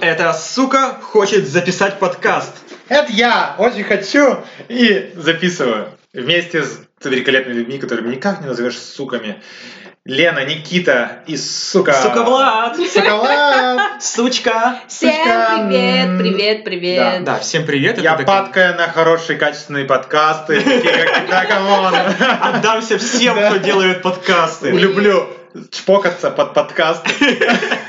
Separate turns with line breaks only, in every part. Эта сука хочет записать подкаст.
Это я очень хочу и записываю вместе с великолепными людьми, которыми никак не назовешь суками. Лена, Никита и сука...
Сука Влад!
Сука Влад!
Сучка!
Сучка.
Всем привет, привет, привет.
Да, всем привет. это
Я
такой-
падкаю на хорошие качественные подкасты, такие как «Да, камон».
Отдамся всем, кто делает подкасты.
Люблю чпокаться под подкасты.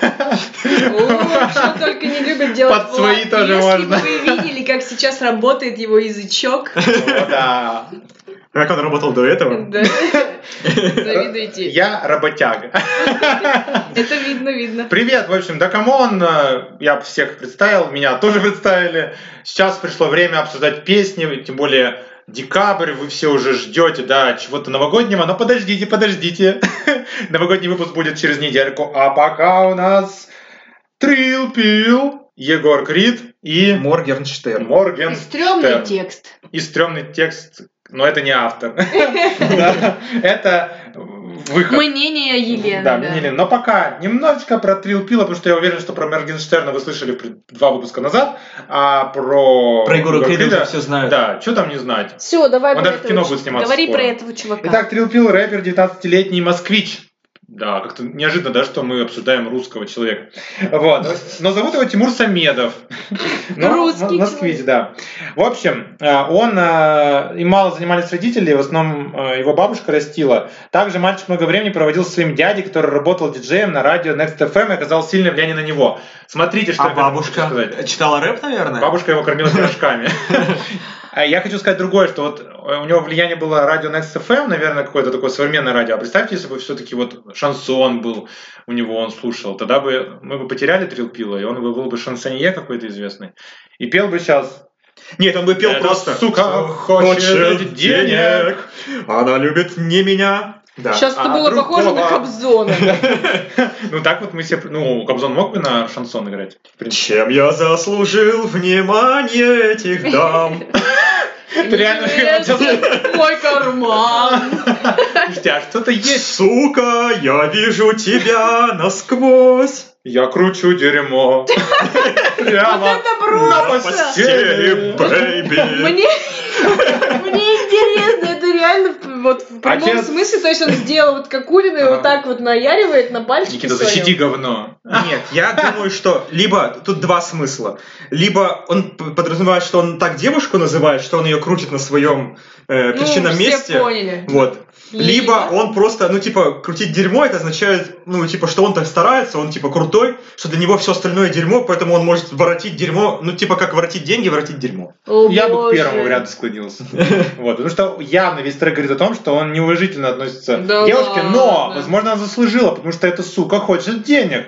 О, что только не любит делать
Под свои
Влад.
тоже
Если
можно.
бы вы видели, как сейчас работает его язычок,
О, Да.
Как он работал до этого?
да, завидуйте.
Я работяга.
Это видно, видно.
Привет, в общем, да камон, э, я всех представил, меня тоже представили. Сейчас пришло время обсуждать песни, и тем более декабрь, вы все уже ждете, да, чего-то новогоднего, но подождите, подождите. Новогодний выпуск будет через недельку, а пока у нас Трил Пил, Егор Крид и
Моргенштерн.
И
Морген
стрёмный текст.
и стрёмный текст, но это не автор. Да, Это выход.
Мнение Елены.
Да, мне не лень. Но пока немножечко про Трил Пила, потому что я уверен, что про Моргенштерна вы слышали пред- два выпуска назад, а про...
Про Егора Крида уже все знают. А
Да, что там не знать.
Все, давай
Он
про
даже в
этого
кино
чувака.
будет сниматься
Говори
скоро.
про этого чувака.
Итак, Трил Пил, рэпер, 19-летний москвич. Да, как-то неожиданно, да, что мы обсуждаем русского человека. Вот. Но зовут его Тимур Самедов. Но-
Русский
м- Москвич,
человек.
да. В общем, э, он э, им мало занимались родители, в основном э, его бабушка растила. Также мальчик много времени проводил с своим дядей, который работал диджеем на радио Next FM и оказал сильное влияние на него. Смотрите, что
А
я хочу сказать.
бабушка читала рэп, наверное?
Бабушка его кормила пирожками. А Я хочу сказать другое, что вот э, у него влияние было радио Next FM, наверное, какое-то такое современное радио. А представьте, если бы все-таки вот шансон был у него, он слушал, тогда бы мы бы потеряли Трил Пила, и он бы был бы шансонье какой-то известный. И пел бы сейчас.
Нет, он бы пел
Эта
просто.
сука хочет денег,
она любит не меня. Да.
Сейчас
а,
это было
друг
похоже на
Вова.
Кобзона.
Ну так вот мы все... Ну, Кобзон мог бы на шансон играть? В принципе.
Чем я заслужил внимание этих дам?
Это реально
Интересно, Мой карман.
Слушайте, а что-то есть.
Сука, я вижу тебя насквозь.
Я кручу дерьмо.
Вот
Прямо
это
на
просто.
постели,
бэйби.
Мне, мне интересно, это реально в- вот в прямом
Отец-
смысле, то есть он сделал вот Кокулина и вот
Ага.
так вот наяривает на пальчики
Никита,
свои.
защити говно.
Нет, я думаю, что либо тут два смысла. Либо он п- подразумевает, что он так девушку называет, что он ее крутит на своем э,
Ну,
причинном
все
месте.
поняли.
Вот. Либо он просто, ну, типа, крутить дерьмо, это означает, ну, типа, что он так старается, он, типа, крутой, что для него все остальное дерьмо, поэтому он может воротить дерьмо, ну, типа, как воротить деньги, воротить дерьмо.
О,
Я бы к
боже.
первому варианту склонился. Вот, потому что явно весь трек говорит о том, что он неуважительно относится
Да
к девушке, но,
ладно.
возможно, она заслужила, потому что эта сука хочет денег.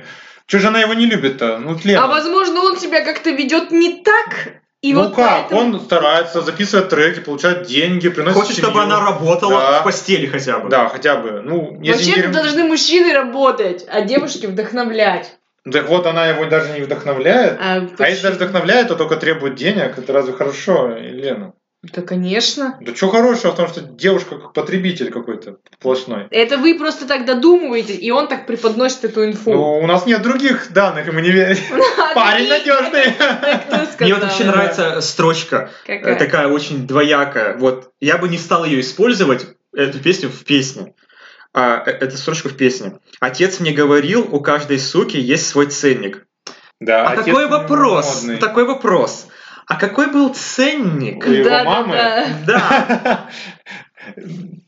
Чего же она его не любит-то? Ну, Лена.
А возможно, он тебя как-то ведет не так, и
ну
вот
как?
поэтому-
Он старается, записывает треки, получает деньги, приносит
Хочет, чтобы
семью.
она работала
Да.
в постели хотя бы.
Да, хотя бы. Ну, если не
Вообще-то
рев-
должны мужчины работать, а девушки вдохновлять.
Так вот, она его даже не вдохновляет.
А,
А если даже вдохновляет, то только требует денег. Это разве хорошо, Лена?
Да, конечно.
Да что хорошего в том, что девушка как потребитель какой-то сплошной.
Это вы просто так додумываете, и он так преподносит эту инфу.
Ну, у нас нет других данных, и мы не верим.
А
Парень
ты-
надежный.
Кто сказал?
Мне вот вообще нравится строчка, э,
Какая?
такая очень двоякая. Вот я бы не стал ее использовать, эту песню в песне. А, э, эту строчку в песне. Отец мне говорил, у каждой суки есть свой ценник.
Да,
А
отец
какой вопрос?
модный.
Такой вопрос. А какой был ценник?
У его
Да, да,
мамы?
да.
Да.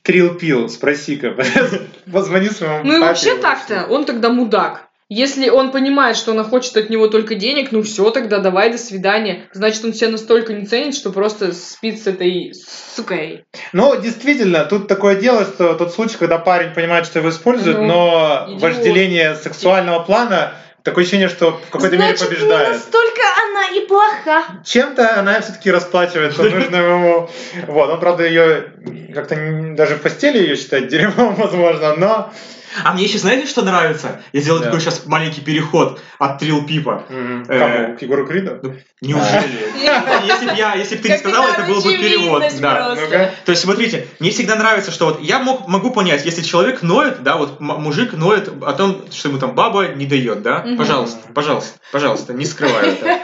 Трил пил, спроси-ка. Позвони своему
Ну и
папе.
вообще так-то, он тогда мудак. Если он понимает, что она хочет от него только денег, ну все, тогда давай, до свидания. Значит, он себя настолько не ценит, что просто спит с этой сукой.
Ну, действительно, тут такое дело, что тот случай, когда парень понимает, что его используют,
Ну,
но
идиот.
вожделение сексуального плана такое ощущение, что в какой-то мере
Значит, не
побеждает.
настолько она и плоха.
Чем-то она все-таки расплачивается нужным ему. Вот, он, правда, ее как-то не- даже в постели ее считает дерьмом, возможно, но
А мне еще знаете, что нравится? Я сделал
Да.
такой сейчас маленький переход от Трил Пипа.
Мгм.
Э,
Кому? К Егору Криду?
Неужели? Если бы я, если бы ты не сказал, это был бы перевод. Да.
Ну-ка.
То есть, смотрите, мне всегда нравится, что вот я мог, могу понять, если человек ноет, да, вот м- мужик ноет о том, что ему там баба не дает, да,
Мгм.
пожалуйста, пожалуйста, пожалуйста, не скрывай это.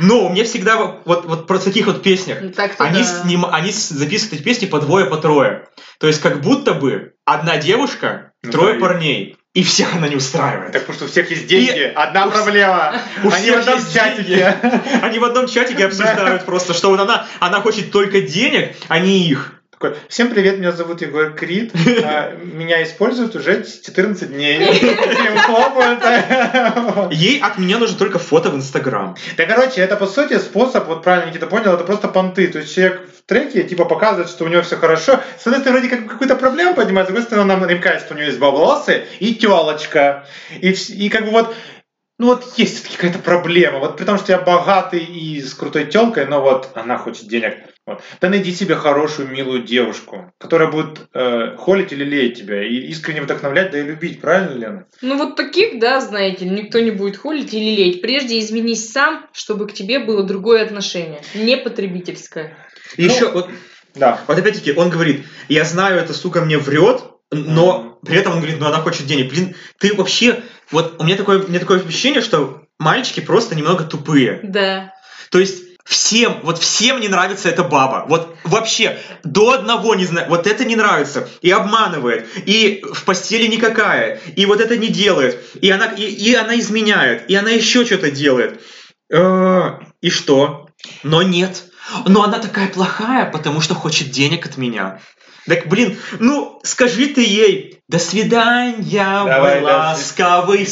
Но у меня всегда во- вот, вот про таких вот песнях,
Так
они, сним- они с- записывают эти песни по двое, по трое. То есть, как будто бы одна девушка,
Ну
трое
да, и-
парней, и всех она не устраивает.
Так потому что у всех есть деньги. Одна
у вс-
проблема.
у
Они в
всех
одном
есть
чатике.
Они в одном чатике обсуждают просто, что вот она, она хочет только денег, а не их.
Такой, Всем привет, меня зовут Егор Крид. А, Меня используют уже 14 дней. Всем хлопают.
Ей от меня нужно только фото в Инстаграм.
Да, короче, это по сути способ, вот правильно Никита понял, это просто понты. То есть человек в треке типа показывает, что у него все хорошо. С одной стороны, вроде как какую-то проблему поднимает, с другой стороны, он нам намекает, что у него есть баблосы и телочка. И, вс- и как бы вот ну вот есть всё-таки какая-то проблема. Вот при том, что я богатый и с крутой телкой, но вот она хочет денег. Вот. Да найди себе хорошую, милую девушку, которая будет э, холить или леять тебя, и искренне вдохновлять, да и любить. Правильно, Лена?
Ну вот таких, да, знаете, никто не будет холить или лелеять. Прежде изменись сам, чтобы к тебе было другое отношение, не потребительское.
И
Ну,
еще, вот,
Да.
вот опять-таки, он говорит, я знаю, эта сука мне врет, но при этом он говорит, ну она хочет денег. Блин, ты вообще, вот у меня такое, у меня такое ощущение, что мальчики просто немного тупые.
Да.
То есть всем, вот всем не нравится эта баба. Вот вообще, до одного не знаю, вот это не нравится. И обманывает, и в постели никакая, и вот это не делает, и она, и, и она изменяет, и она еще что-то делает. Э, И что? Но нет. Но она такая плохая, потому что хочет денег от меня. Так, блин, ну скажи ты ей, до свидания, мой
Давай, до сви-
ласковый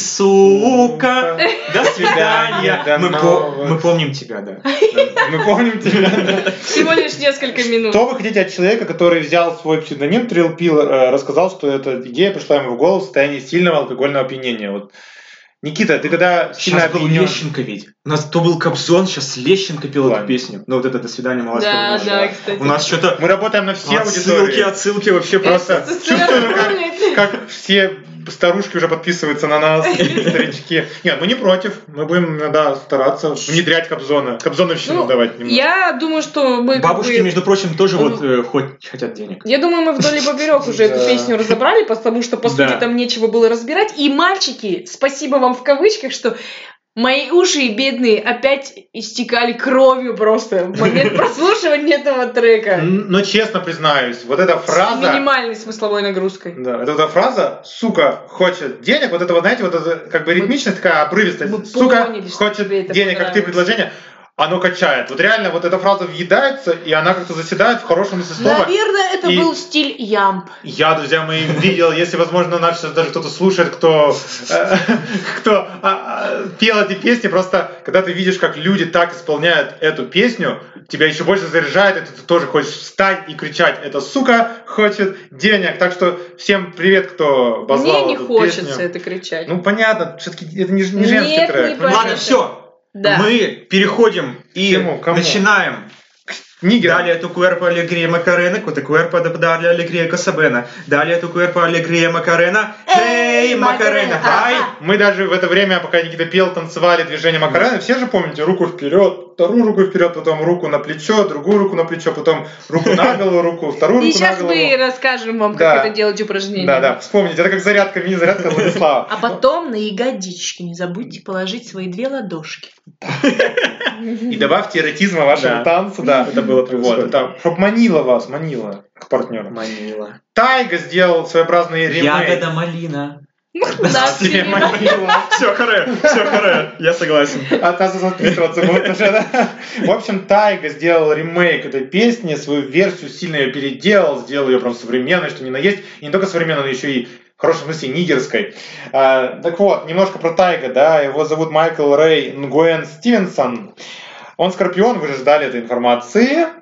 сука. До свидания.
До
Мы, по-
нового.
мы помним тебя, да.
Мы помним тебя.
Всего лишь несколько минут.
Что вы хотите от человека, который взял свой псевдоним Трил Пил, э, рассказал, что эта идея пришла ему в голову в состоянии сильного алкогольного опьянения? Вот. Никита, ты когда сильно
Сейчас был
опьянен...
Лещенко ведь. У нас то был Кобзон, сейчас Лещенко пел эту
Ладно.
песню. Ну вот это «До свидания, малая
Да,
страна».
да, кстати.
У нас что-то
Мы работаем на все
отсылки,
аудитории.
отсылки вообще
просто
СССР
чувствую, как-
рулит.
Как все старушки уже подписываются на нас, старички. Нет, мы не против. Мы будем иногда стараться внедрять Кобзона. Кобзоновщину
Ну,
давать немного.
Я думаю, что мы... как
Бабушки,
бы-
между прочим, тоже
Ну.
вот э, хоть- хотят денег.
Я думаю, мы вдоль и поперек уже эту
Да.
песню разобрали, потому что, по сути,
Да.
там нечего было разбирать. И мальчики, спасибо вам в кавычках, что мои уши бедные опять истекали кровью просто в момент прослушивания этого трека.
Н- Но честно признаюсь, вот эта
С
фраза...
минимальной смысловой нагрузкой.
Да, вот эта фраза «сука хочет денег», вот это, вот, знаете, вот это как бы
Мы-
ритмичность такая обрывистая.
мы
«Сука
поняли, что
хочет
тебе это
денег», как ты
понравилось.
предложение, оно качает. Вот реально вот эта фраза въедается, и она как-то заседает в хорошем смысле слова.
Наверное, это
И-
был стиль ямп.
Я, друзья мои, видел, если, возможно, нас сейчас даже кто-то слушает, кто, э, кто а, а, пел эти песни, просто когда ты видишь, как люди так исполняют эту песню, тебя еще больше заряжает, и ты тоже хочешь встать и кричать, это сука хочет денег. Так что всем привет, кто
Мне
обозвал
не
эту
хочется
песню.
это кричать.
Ну, понятно, все-таки это не, ж- не женский
Нет,
трек.
не
Ну,
Правильно.
Ладно, все,
да.
мы переходим и
Чему? Кому?
начинаем.
Нигер.
Далее ту куэрпа аллегрия макарена, кота куэрпа да далее аллегрия косабена. Далее ту куэрпа аллегрия макарена. Эй, макарена, ай!
Мы даже в это время, пока Никита пел, танцевали движение Макарена, все же помните, руку вперед, вторую руку вперед, потом руку на плечо, другую руку на плечо, потом руку на голову, руку, вторую
И
руку на
сейчас мы
голову.
расскажем вам,
Да.
как это делать упражнение.
Да, да, вспомните, это как зарядка, мини-зарядка Владислава.
А потом на ягодички не забудьте положить свои две ладошки.
И добавьте эротизма вашему
Да.
танцу, да.
Это было
Вот,
прикольно.
это, чтоб манило вас, манило к партнерам.
Манила.
Тайга сделал своеобразный ремейк.
Ягода малина.
Ну, Да,
Все
Филипп.
манила.
Все, харе, все, харе, я согласен.
От нас отписываться будут уже, да? В общем, Тайга сделал ремейк этой песни, свою версию сильно ее переделал, сделал ее прям современной, что ни на есть. И не только современной, но еще и в хорошем смысле нигерской. А, так вот, немножко про Тайга, да, его зовут Майкл Рэй Нгуэн Стивенсон. Он Скорпион, вы же ждали этой информации.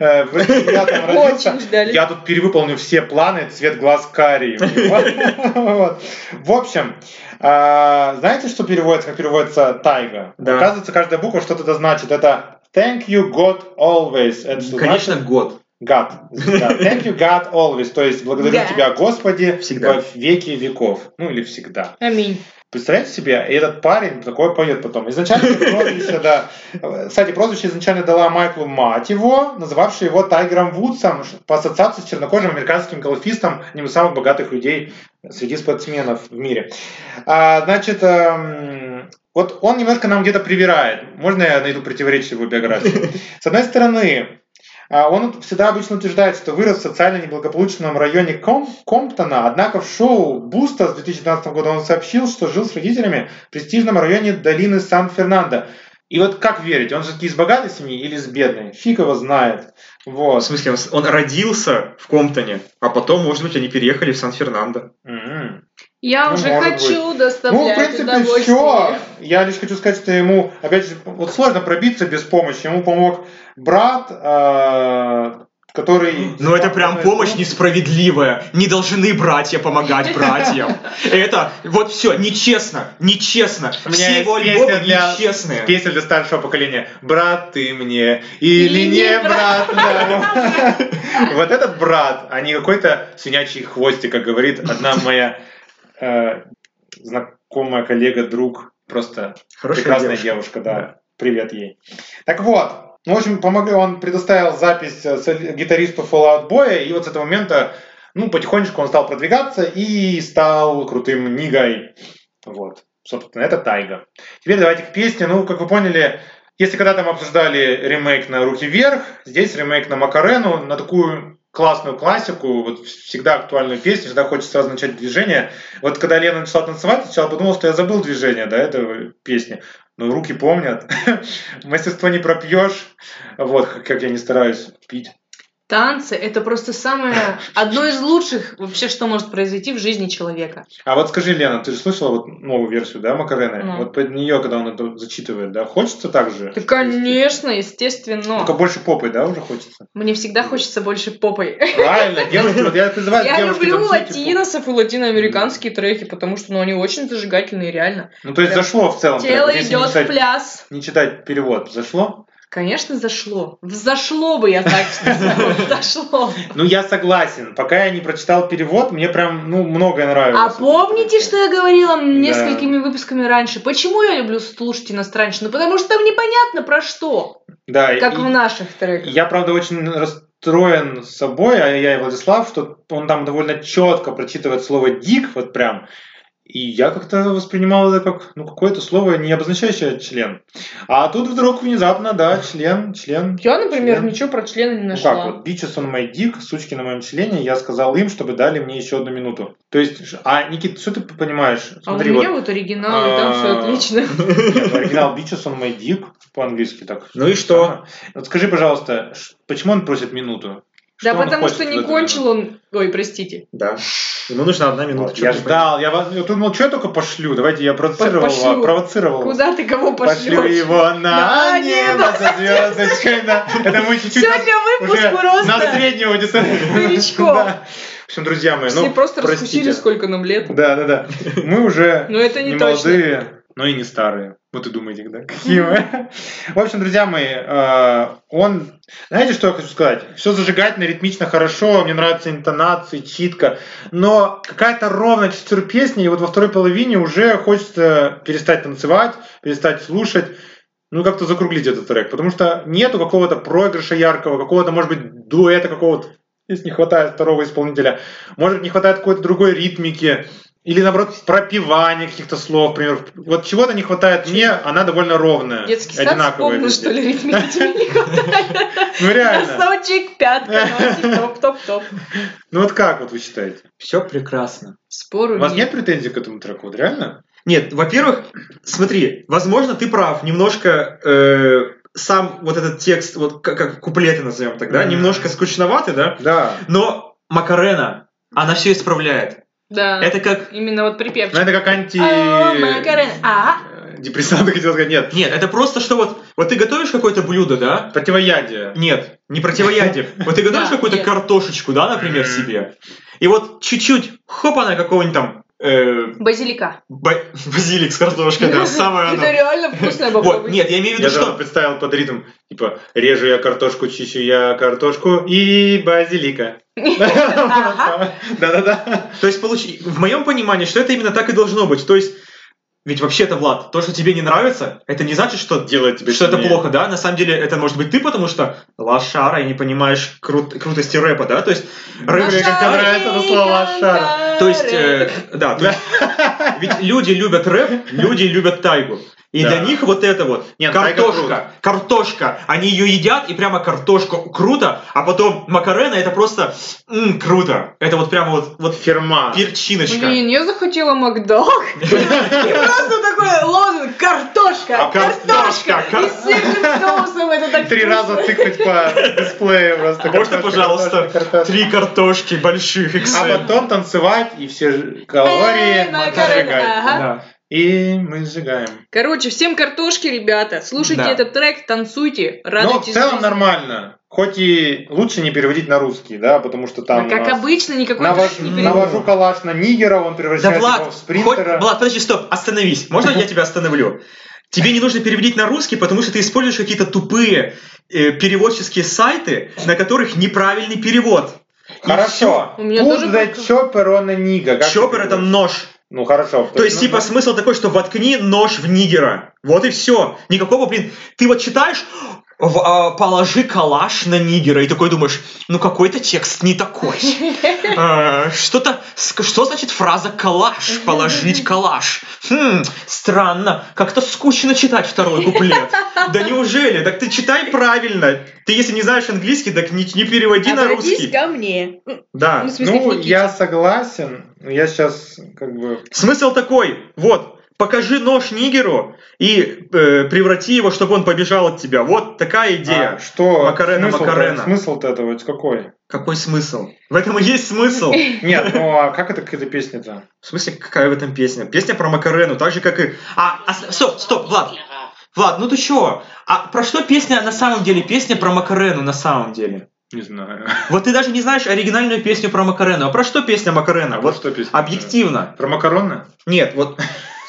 Э, В 89-м родился.
Очень ждали.
Я тут перевыполню все планы, цвет глаз карий. Вот. В общем, а, знаете, что переводится, как переводится тайга?
Да.
Оказывается, каждая буква что-то это значит. Это thank you God always. Это что
Конечно,
значит?
год.
God. Да. Thank you, God, always. То есть, благодарю
Да.
тебя, Господи,
Всегда.
во веки веков. Ну, или всегда.
Аминь.
Представляете себе, и этот парень такой поет потом. Изначально прозвище, да. Кстати, прозвище изначально дала Майклу мать его, называвшая его Тайгером Вудсом ш- по ассоциации с чернокожим американским голфистом, одним из самых богатых людей среди спортсменов в мире. А, значит, эм, вот он немножко нам где-то привирает. Можно я найду противоречие в его биографии? С одной стороны, а, он всегда обычно утверждает, что вырос в социально неблагополучном районе Ком- Комптона, однако в шоу «Буста» с 2012 года он сообщил, что жил с родителями в престижном районе долины Сан-Фернандо. И вот как верить, он все-таки из богатой семьи или из бедной? Фиг его знает.
В
Вот.
смысле, он с- он родился в Комптоне, а потом, может быть, они переехали в Сан-Фернандо.
М.
Я
Ну,
уже
может
хочу
Ну, в
доставлять
принципе,
удовольствие.
все. Я лишь хочу сказать, что ему, опять же, вот сложно пробиться без помощи. Ему помог брат, э, который...
Но это прям помощь несправедливая. Не должны братья помогать братьям. Это вот все нечестно, нечестно.
У меня
Все
есть
его
песня
альбомы
для-
нечестные.
Песня для старшего поколения. Брат ты мне или не брат. да. Вот этот брат, а не какой-то свинячий хвостик, как говорит одна моя э, знакомая коллега, друг, просто
Хорошая
Прекрасная
девушка.
девушка, да. Привет ей. Так вот, ну, в общем, помог... он предоставил запись э, сол- гитаристу Fallout Boy, и вот с этого момента, ну, потихонечку он стал продвигаться и стал крутым нигой. Вот. Собственно, это Тайга. Теперь давайте к песне. Ну, как вы поняли, если когда-то мы обсуждали ремейк на «Руки вверх», здесь ремейк на «Макарену», на такую классную классику, вот всегда актуальную песню, всегда хочется сразу начать движение. Вот когда Лена начала танцевать, сначала подумал, что я забыл движение до этого песни. Но Ну, руки помнят. Мастерство не пропьешь. Вот, как как я не стараюсь пить.
Танцы это просто самое одно из лучших вообще, что может произойти в жизни человека.
А вот скажи, Лена, ты же слышала вот новую версию, да, Макарены?
Ну.
Вот под нее, когда он это зачитывает, да, хочется так же?
Да, конечно, естественно.
Только больше попой, да, уже хочется?
Мне всегда хочется больше попой.
Правильно, девушки, вот я призываю
Я
девушки типа.
люблю
танцуйте поп-
латиносов и латиноамериканские треки, потому что ну, они очень зажигательные, реально.
Ну, то есть
Прям
зашло в целом.
Тело
трек, если не
идет в
читать-
пляс.
Не читать перевод, зашло?
Конечно, зашло. Взошло бы, я так сказала. Взошло.
Ну, я согласен. Пока я не прочитал перевод, мне прям, ну, многое нравилось.
А помните, что я говорила несколькими
несколькими
выпусками раньше? Почему я люблю слушать иностранщину? Потому что там непонятно про что,
Да,
как
и-
в наших треках.
Я, правда, очень расстроен собой, а я и Владислав, что он там довольно четко прочитывает слово «дик», вот прям. И я как-то воспринимал это как ну, какое-то слово, не обозначающее член. А тут вдруг внезапно, да, член, член.
Я, например,
Член.
ничего про члена не
Ну
нашла.
как вот, бичес он мой дик, сучки на моем члене, я сказал им, чтобы дали мне еще одну минуту. То есть, ш- а, Никит, что ты понимаешь?
а у
Смотри,
меня
вот,
вот оригинал, и там все
А,
отлично.
нет, оригинал бичес он мой дик, по-английски так.
Ну и что?
Ага. Вот скажи, пожалуйста, ш- почему он просит минуту?
Да
Что он
потому
хочет
что
в
не
эту
кончил он... Ой, простите.
Да. Ему нужна одна
минуту?
минута.
Вот, я ждал, я вас, я тут мол, что я только пошлю, давайте я провоцировал
Пошлю.
вас, провоцировал вас.
Куда ты кого
Пошлю
пошлешь?
его на
На
небо
небо.
со звездочкой. на- Это мы чуть-чуть
Сегодня выпуск
уже на
просто...
среднего
Новичков.
Да. В общем, друзья мои,
Все
ну,
просто
простите.
раскусили, сколько нам лет.
Да, да, да. Мы уже
Но Ну, это не
не
точно.
молодые, но и не старые. Вот и думаете, да? Какие мы. В общем, друзья мои, э, он... Знаете, что я хочу сказать? Все зажигательно, ритмично, хорошо, мне нравятся интонации, читка, но какая-то ровная текстура песни, и вот во второй половине уже хочется перестать танцевать, перестать слушать, ну, как-то закруглить этот трек, потому что нету какого-то проигрыша яркого, какого-то, может быть, дуэта какого-то, если не хватает второго исполнителя, может быть, не хватает какой-то другой ритмики, или, наоборот, пропивания каких-то слов, например. Вот чего-то не хватает мне, она довольно ровная.
Детский
и
сад
одинаковая
вспомнил,
везде.
что ли, ритмики тебе не хватает.
Ну, реально.
Носочек, пятка, носик, топ-топ-топ.
Ну, вот как вот вы считаете?
Все прекрасно.
У
Спору
вас нет
нет.
претензий к этому треку? Вот реально?
Нет, во-первых, смотри, возможно, ты прав, немножко э, сам вот этот текст, вот как, как куплеты назовем тогда,
Мгм.
немножко скучноватый, да?
Да.
Но Макарена, она все исправляет.
Да.
Это как...
Именно
Ну,
вот припевчик.
это как анти...
О, Макарена. А?
э, Депрессант, хотел сказать. Нет.
Нет, это просто что вот... Вот ты готовишь какое-то блюдо, да?
Противоядие.
Нет, не противоядие. Вот ты готовишь
Да,
какую-то
нет.
картошечку, да, например,
Мгм.
себе, и вот чуть-чуть, хоп, она какого-нибудь там э,
Базилика.
ба- базилик с картошкой, да, самое оно.
Это реально вкусная
Вот,
бобовая.
нет, я имею в
Я
виду,
даже
что...
представил под ритм, типа, режу я картошку, чищу я картошку и базилика.
Ага.
Да-да-да.
То есть, получ- в моем понимании, что это именно так и должно быть. То есть, ведь вообще-то, Влад, то, что тебе не нравится, это не значит, что
Делает тебе
что это
сильнее.
плохо, да? На самом деле, это может быть ты, потому что лошара и не понимаешь крут- крутости рэпа, да? То есть, рэп-
Мне как-то
Лошары,
нравится это слово лошара.
то есть, э, да, то есть, ведь люди любят рэп, люди любят тайгу. И
Да.
для них вот это вот,
Нет, тайга
картошка, картошка, они ее едят, и прямо картошку, круто, а потом макарена, это просто, м, круто, это вот прямо вот, вот
Фирма.
перчиночка.
Блин, я захотела Макдак. И Просто такой лозунг «Картошка!
А картошка,
Картошка!» И с сырным соусом это так
Три раза
вкусно.
тыкать по дисплею просто.
Можно,
Картошка,
пожалуйста,
картошка, картошка.
Три картошки больших, эм.
А
XL.
потом танцевать и все ж- калории
Эй, макароны,
сжигать.
ага.
Да.
И мы сжигаем.
Короче, всем картошки, ребята. Слушайте
Да.
этот трек, танцуйте,
Но в
радуйтесь.
целом
жизни.
нормально. Хоть и лучше не переводить на русский, да, потому что там...
А как
у нас
обычно, никакой
навож-
трек не переводит.
Навожу калаш на нигера, он
Да,
превращает его в
Влад,
спринтера.
хоть- Влад, подожди, стоп, остановись. Можно я тебя остановлю? Тебе не нужно переводить на русский, потому что ты используешь какие-то тупые э, переводческие сайты, на которых неправильный перевод.
Хорошо.
У меня
Пусть
тоже
за
как-то-
чоппер он и нига. А Как
Чоппер
ты
это
думаешь?
нож.
Ну хорошо.
То есть, типа, смысл такой, что воткни нож в нигера. Вот и все. Никакого, блин, ты вот читаешь, в- а, положи калаш на нигера, и такой думаешь, ну какой-то текст не такой. Э, Что-то, ск- что значит фраза калаш, положить калаш? Хм, странно, как-то скучно читать второй куплет. Да неужели? Так ты читай правильно. Ты если не знаешь английский, так не, не переводи на
Обратись
русский.
ко мне.
Да.
Ну, в смысле, к
Ну,
Никите.
я согласен. Я сейчас как бы...
Смысл такой, вот, покажи нож нигеру и э, преврати его, чтобы он побежал от тебя. Вот такая
А,
идея.
что?
Макарена,
смысл-то-
макарена.
Смысл-то этого какой?
Какой смысл? В этом и есть смысл.
Нет, ну а как это какая-то песня-то?
В смысле, какая в этом песня? Песня про Макарену, так же, как и... А, а, стоп, стоп, Влад. Влад, ну ты чё? А про что песня на самом деле? Песня про Макарену на самом деле.
Не знаю.
Вот ты даже не знаешь оригинальную песню про Макарену. А про что песня Макарена?
вот
Вот
что песня?
объективно.
Про макароны?
Нет, вот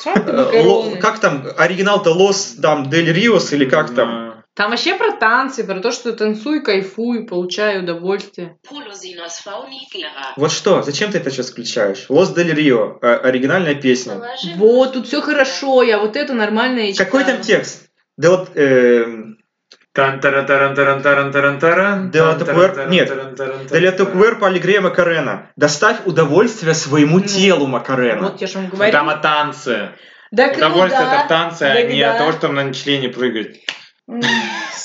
Сам ты
э, ло-
макароны.
как там оригинал-то Лос там Дель Риос или как там?
Там вообще про танцы, про то, что танцую, кайфую, получаю удовольствие.
Pulosinos fauniclera.
Вот что, зачем ты это сейчас включаешь? Лос Дель Рио, э, оригинальная песня.
Положи
Вот, тут все хорошо, я вот это нормально я
Какой
читаю.
там текст? Да вот, эм,
тан таран таран таран таран таран таран
Да, Тупуэр- нет. «Да ля ту кверпа алегрия Макарена. Доставь удовольствие своему
Ну,
телу Макарена.
Вот я же вам говорю.
Там о танце.
ну Да, круто.
Удовольствие это танцы, а
Да,
не
да.
от того, что на члене прыгать.
М,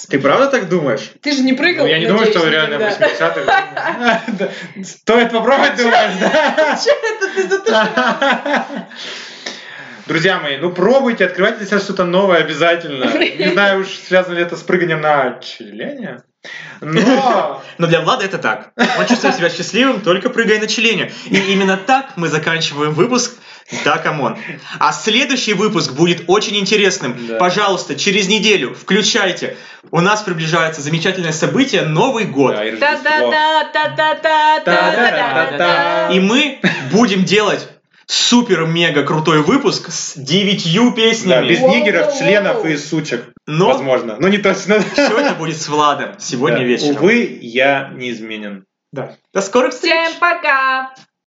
Ты правда так думаешь?
Ты же не прыгал,
Ну, я не думаю,
надеюсь,
что реально в
никогда.
80-х. Да. Стоит попробовать, думаешь, да?
Че это ты за
Друзья мои, ну пробуйте, открывайте для себя что-то новое обязательно. Не знаю уж, связано ли это с прыганием на члене. Но
Но для Влада это так. Он чувствует себя счастливым, только прыгая на члене. И именно так мы заканчиваем выпуск «Да, камон». А следующий выпуск будет очень интересным.
Да.
Пожалуйста, через неделю включайте. У нас приближается замечательное событие «Новый год».
Да, и Рождество.
та
Та-да-да-да-да.
И мы будем делать супер-мега крутой выпуск с девятью
Да,
песнями.
без
Воу,
нигеров,
воу,
членов
воу.
и сучек,
Но
возможно. Но не точно.
все это будет с Владом сегодня
Да.
вечером.
Увы, я неизменен.
Да. До скорых встреч!
Всем пока!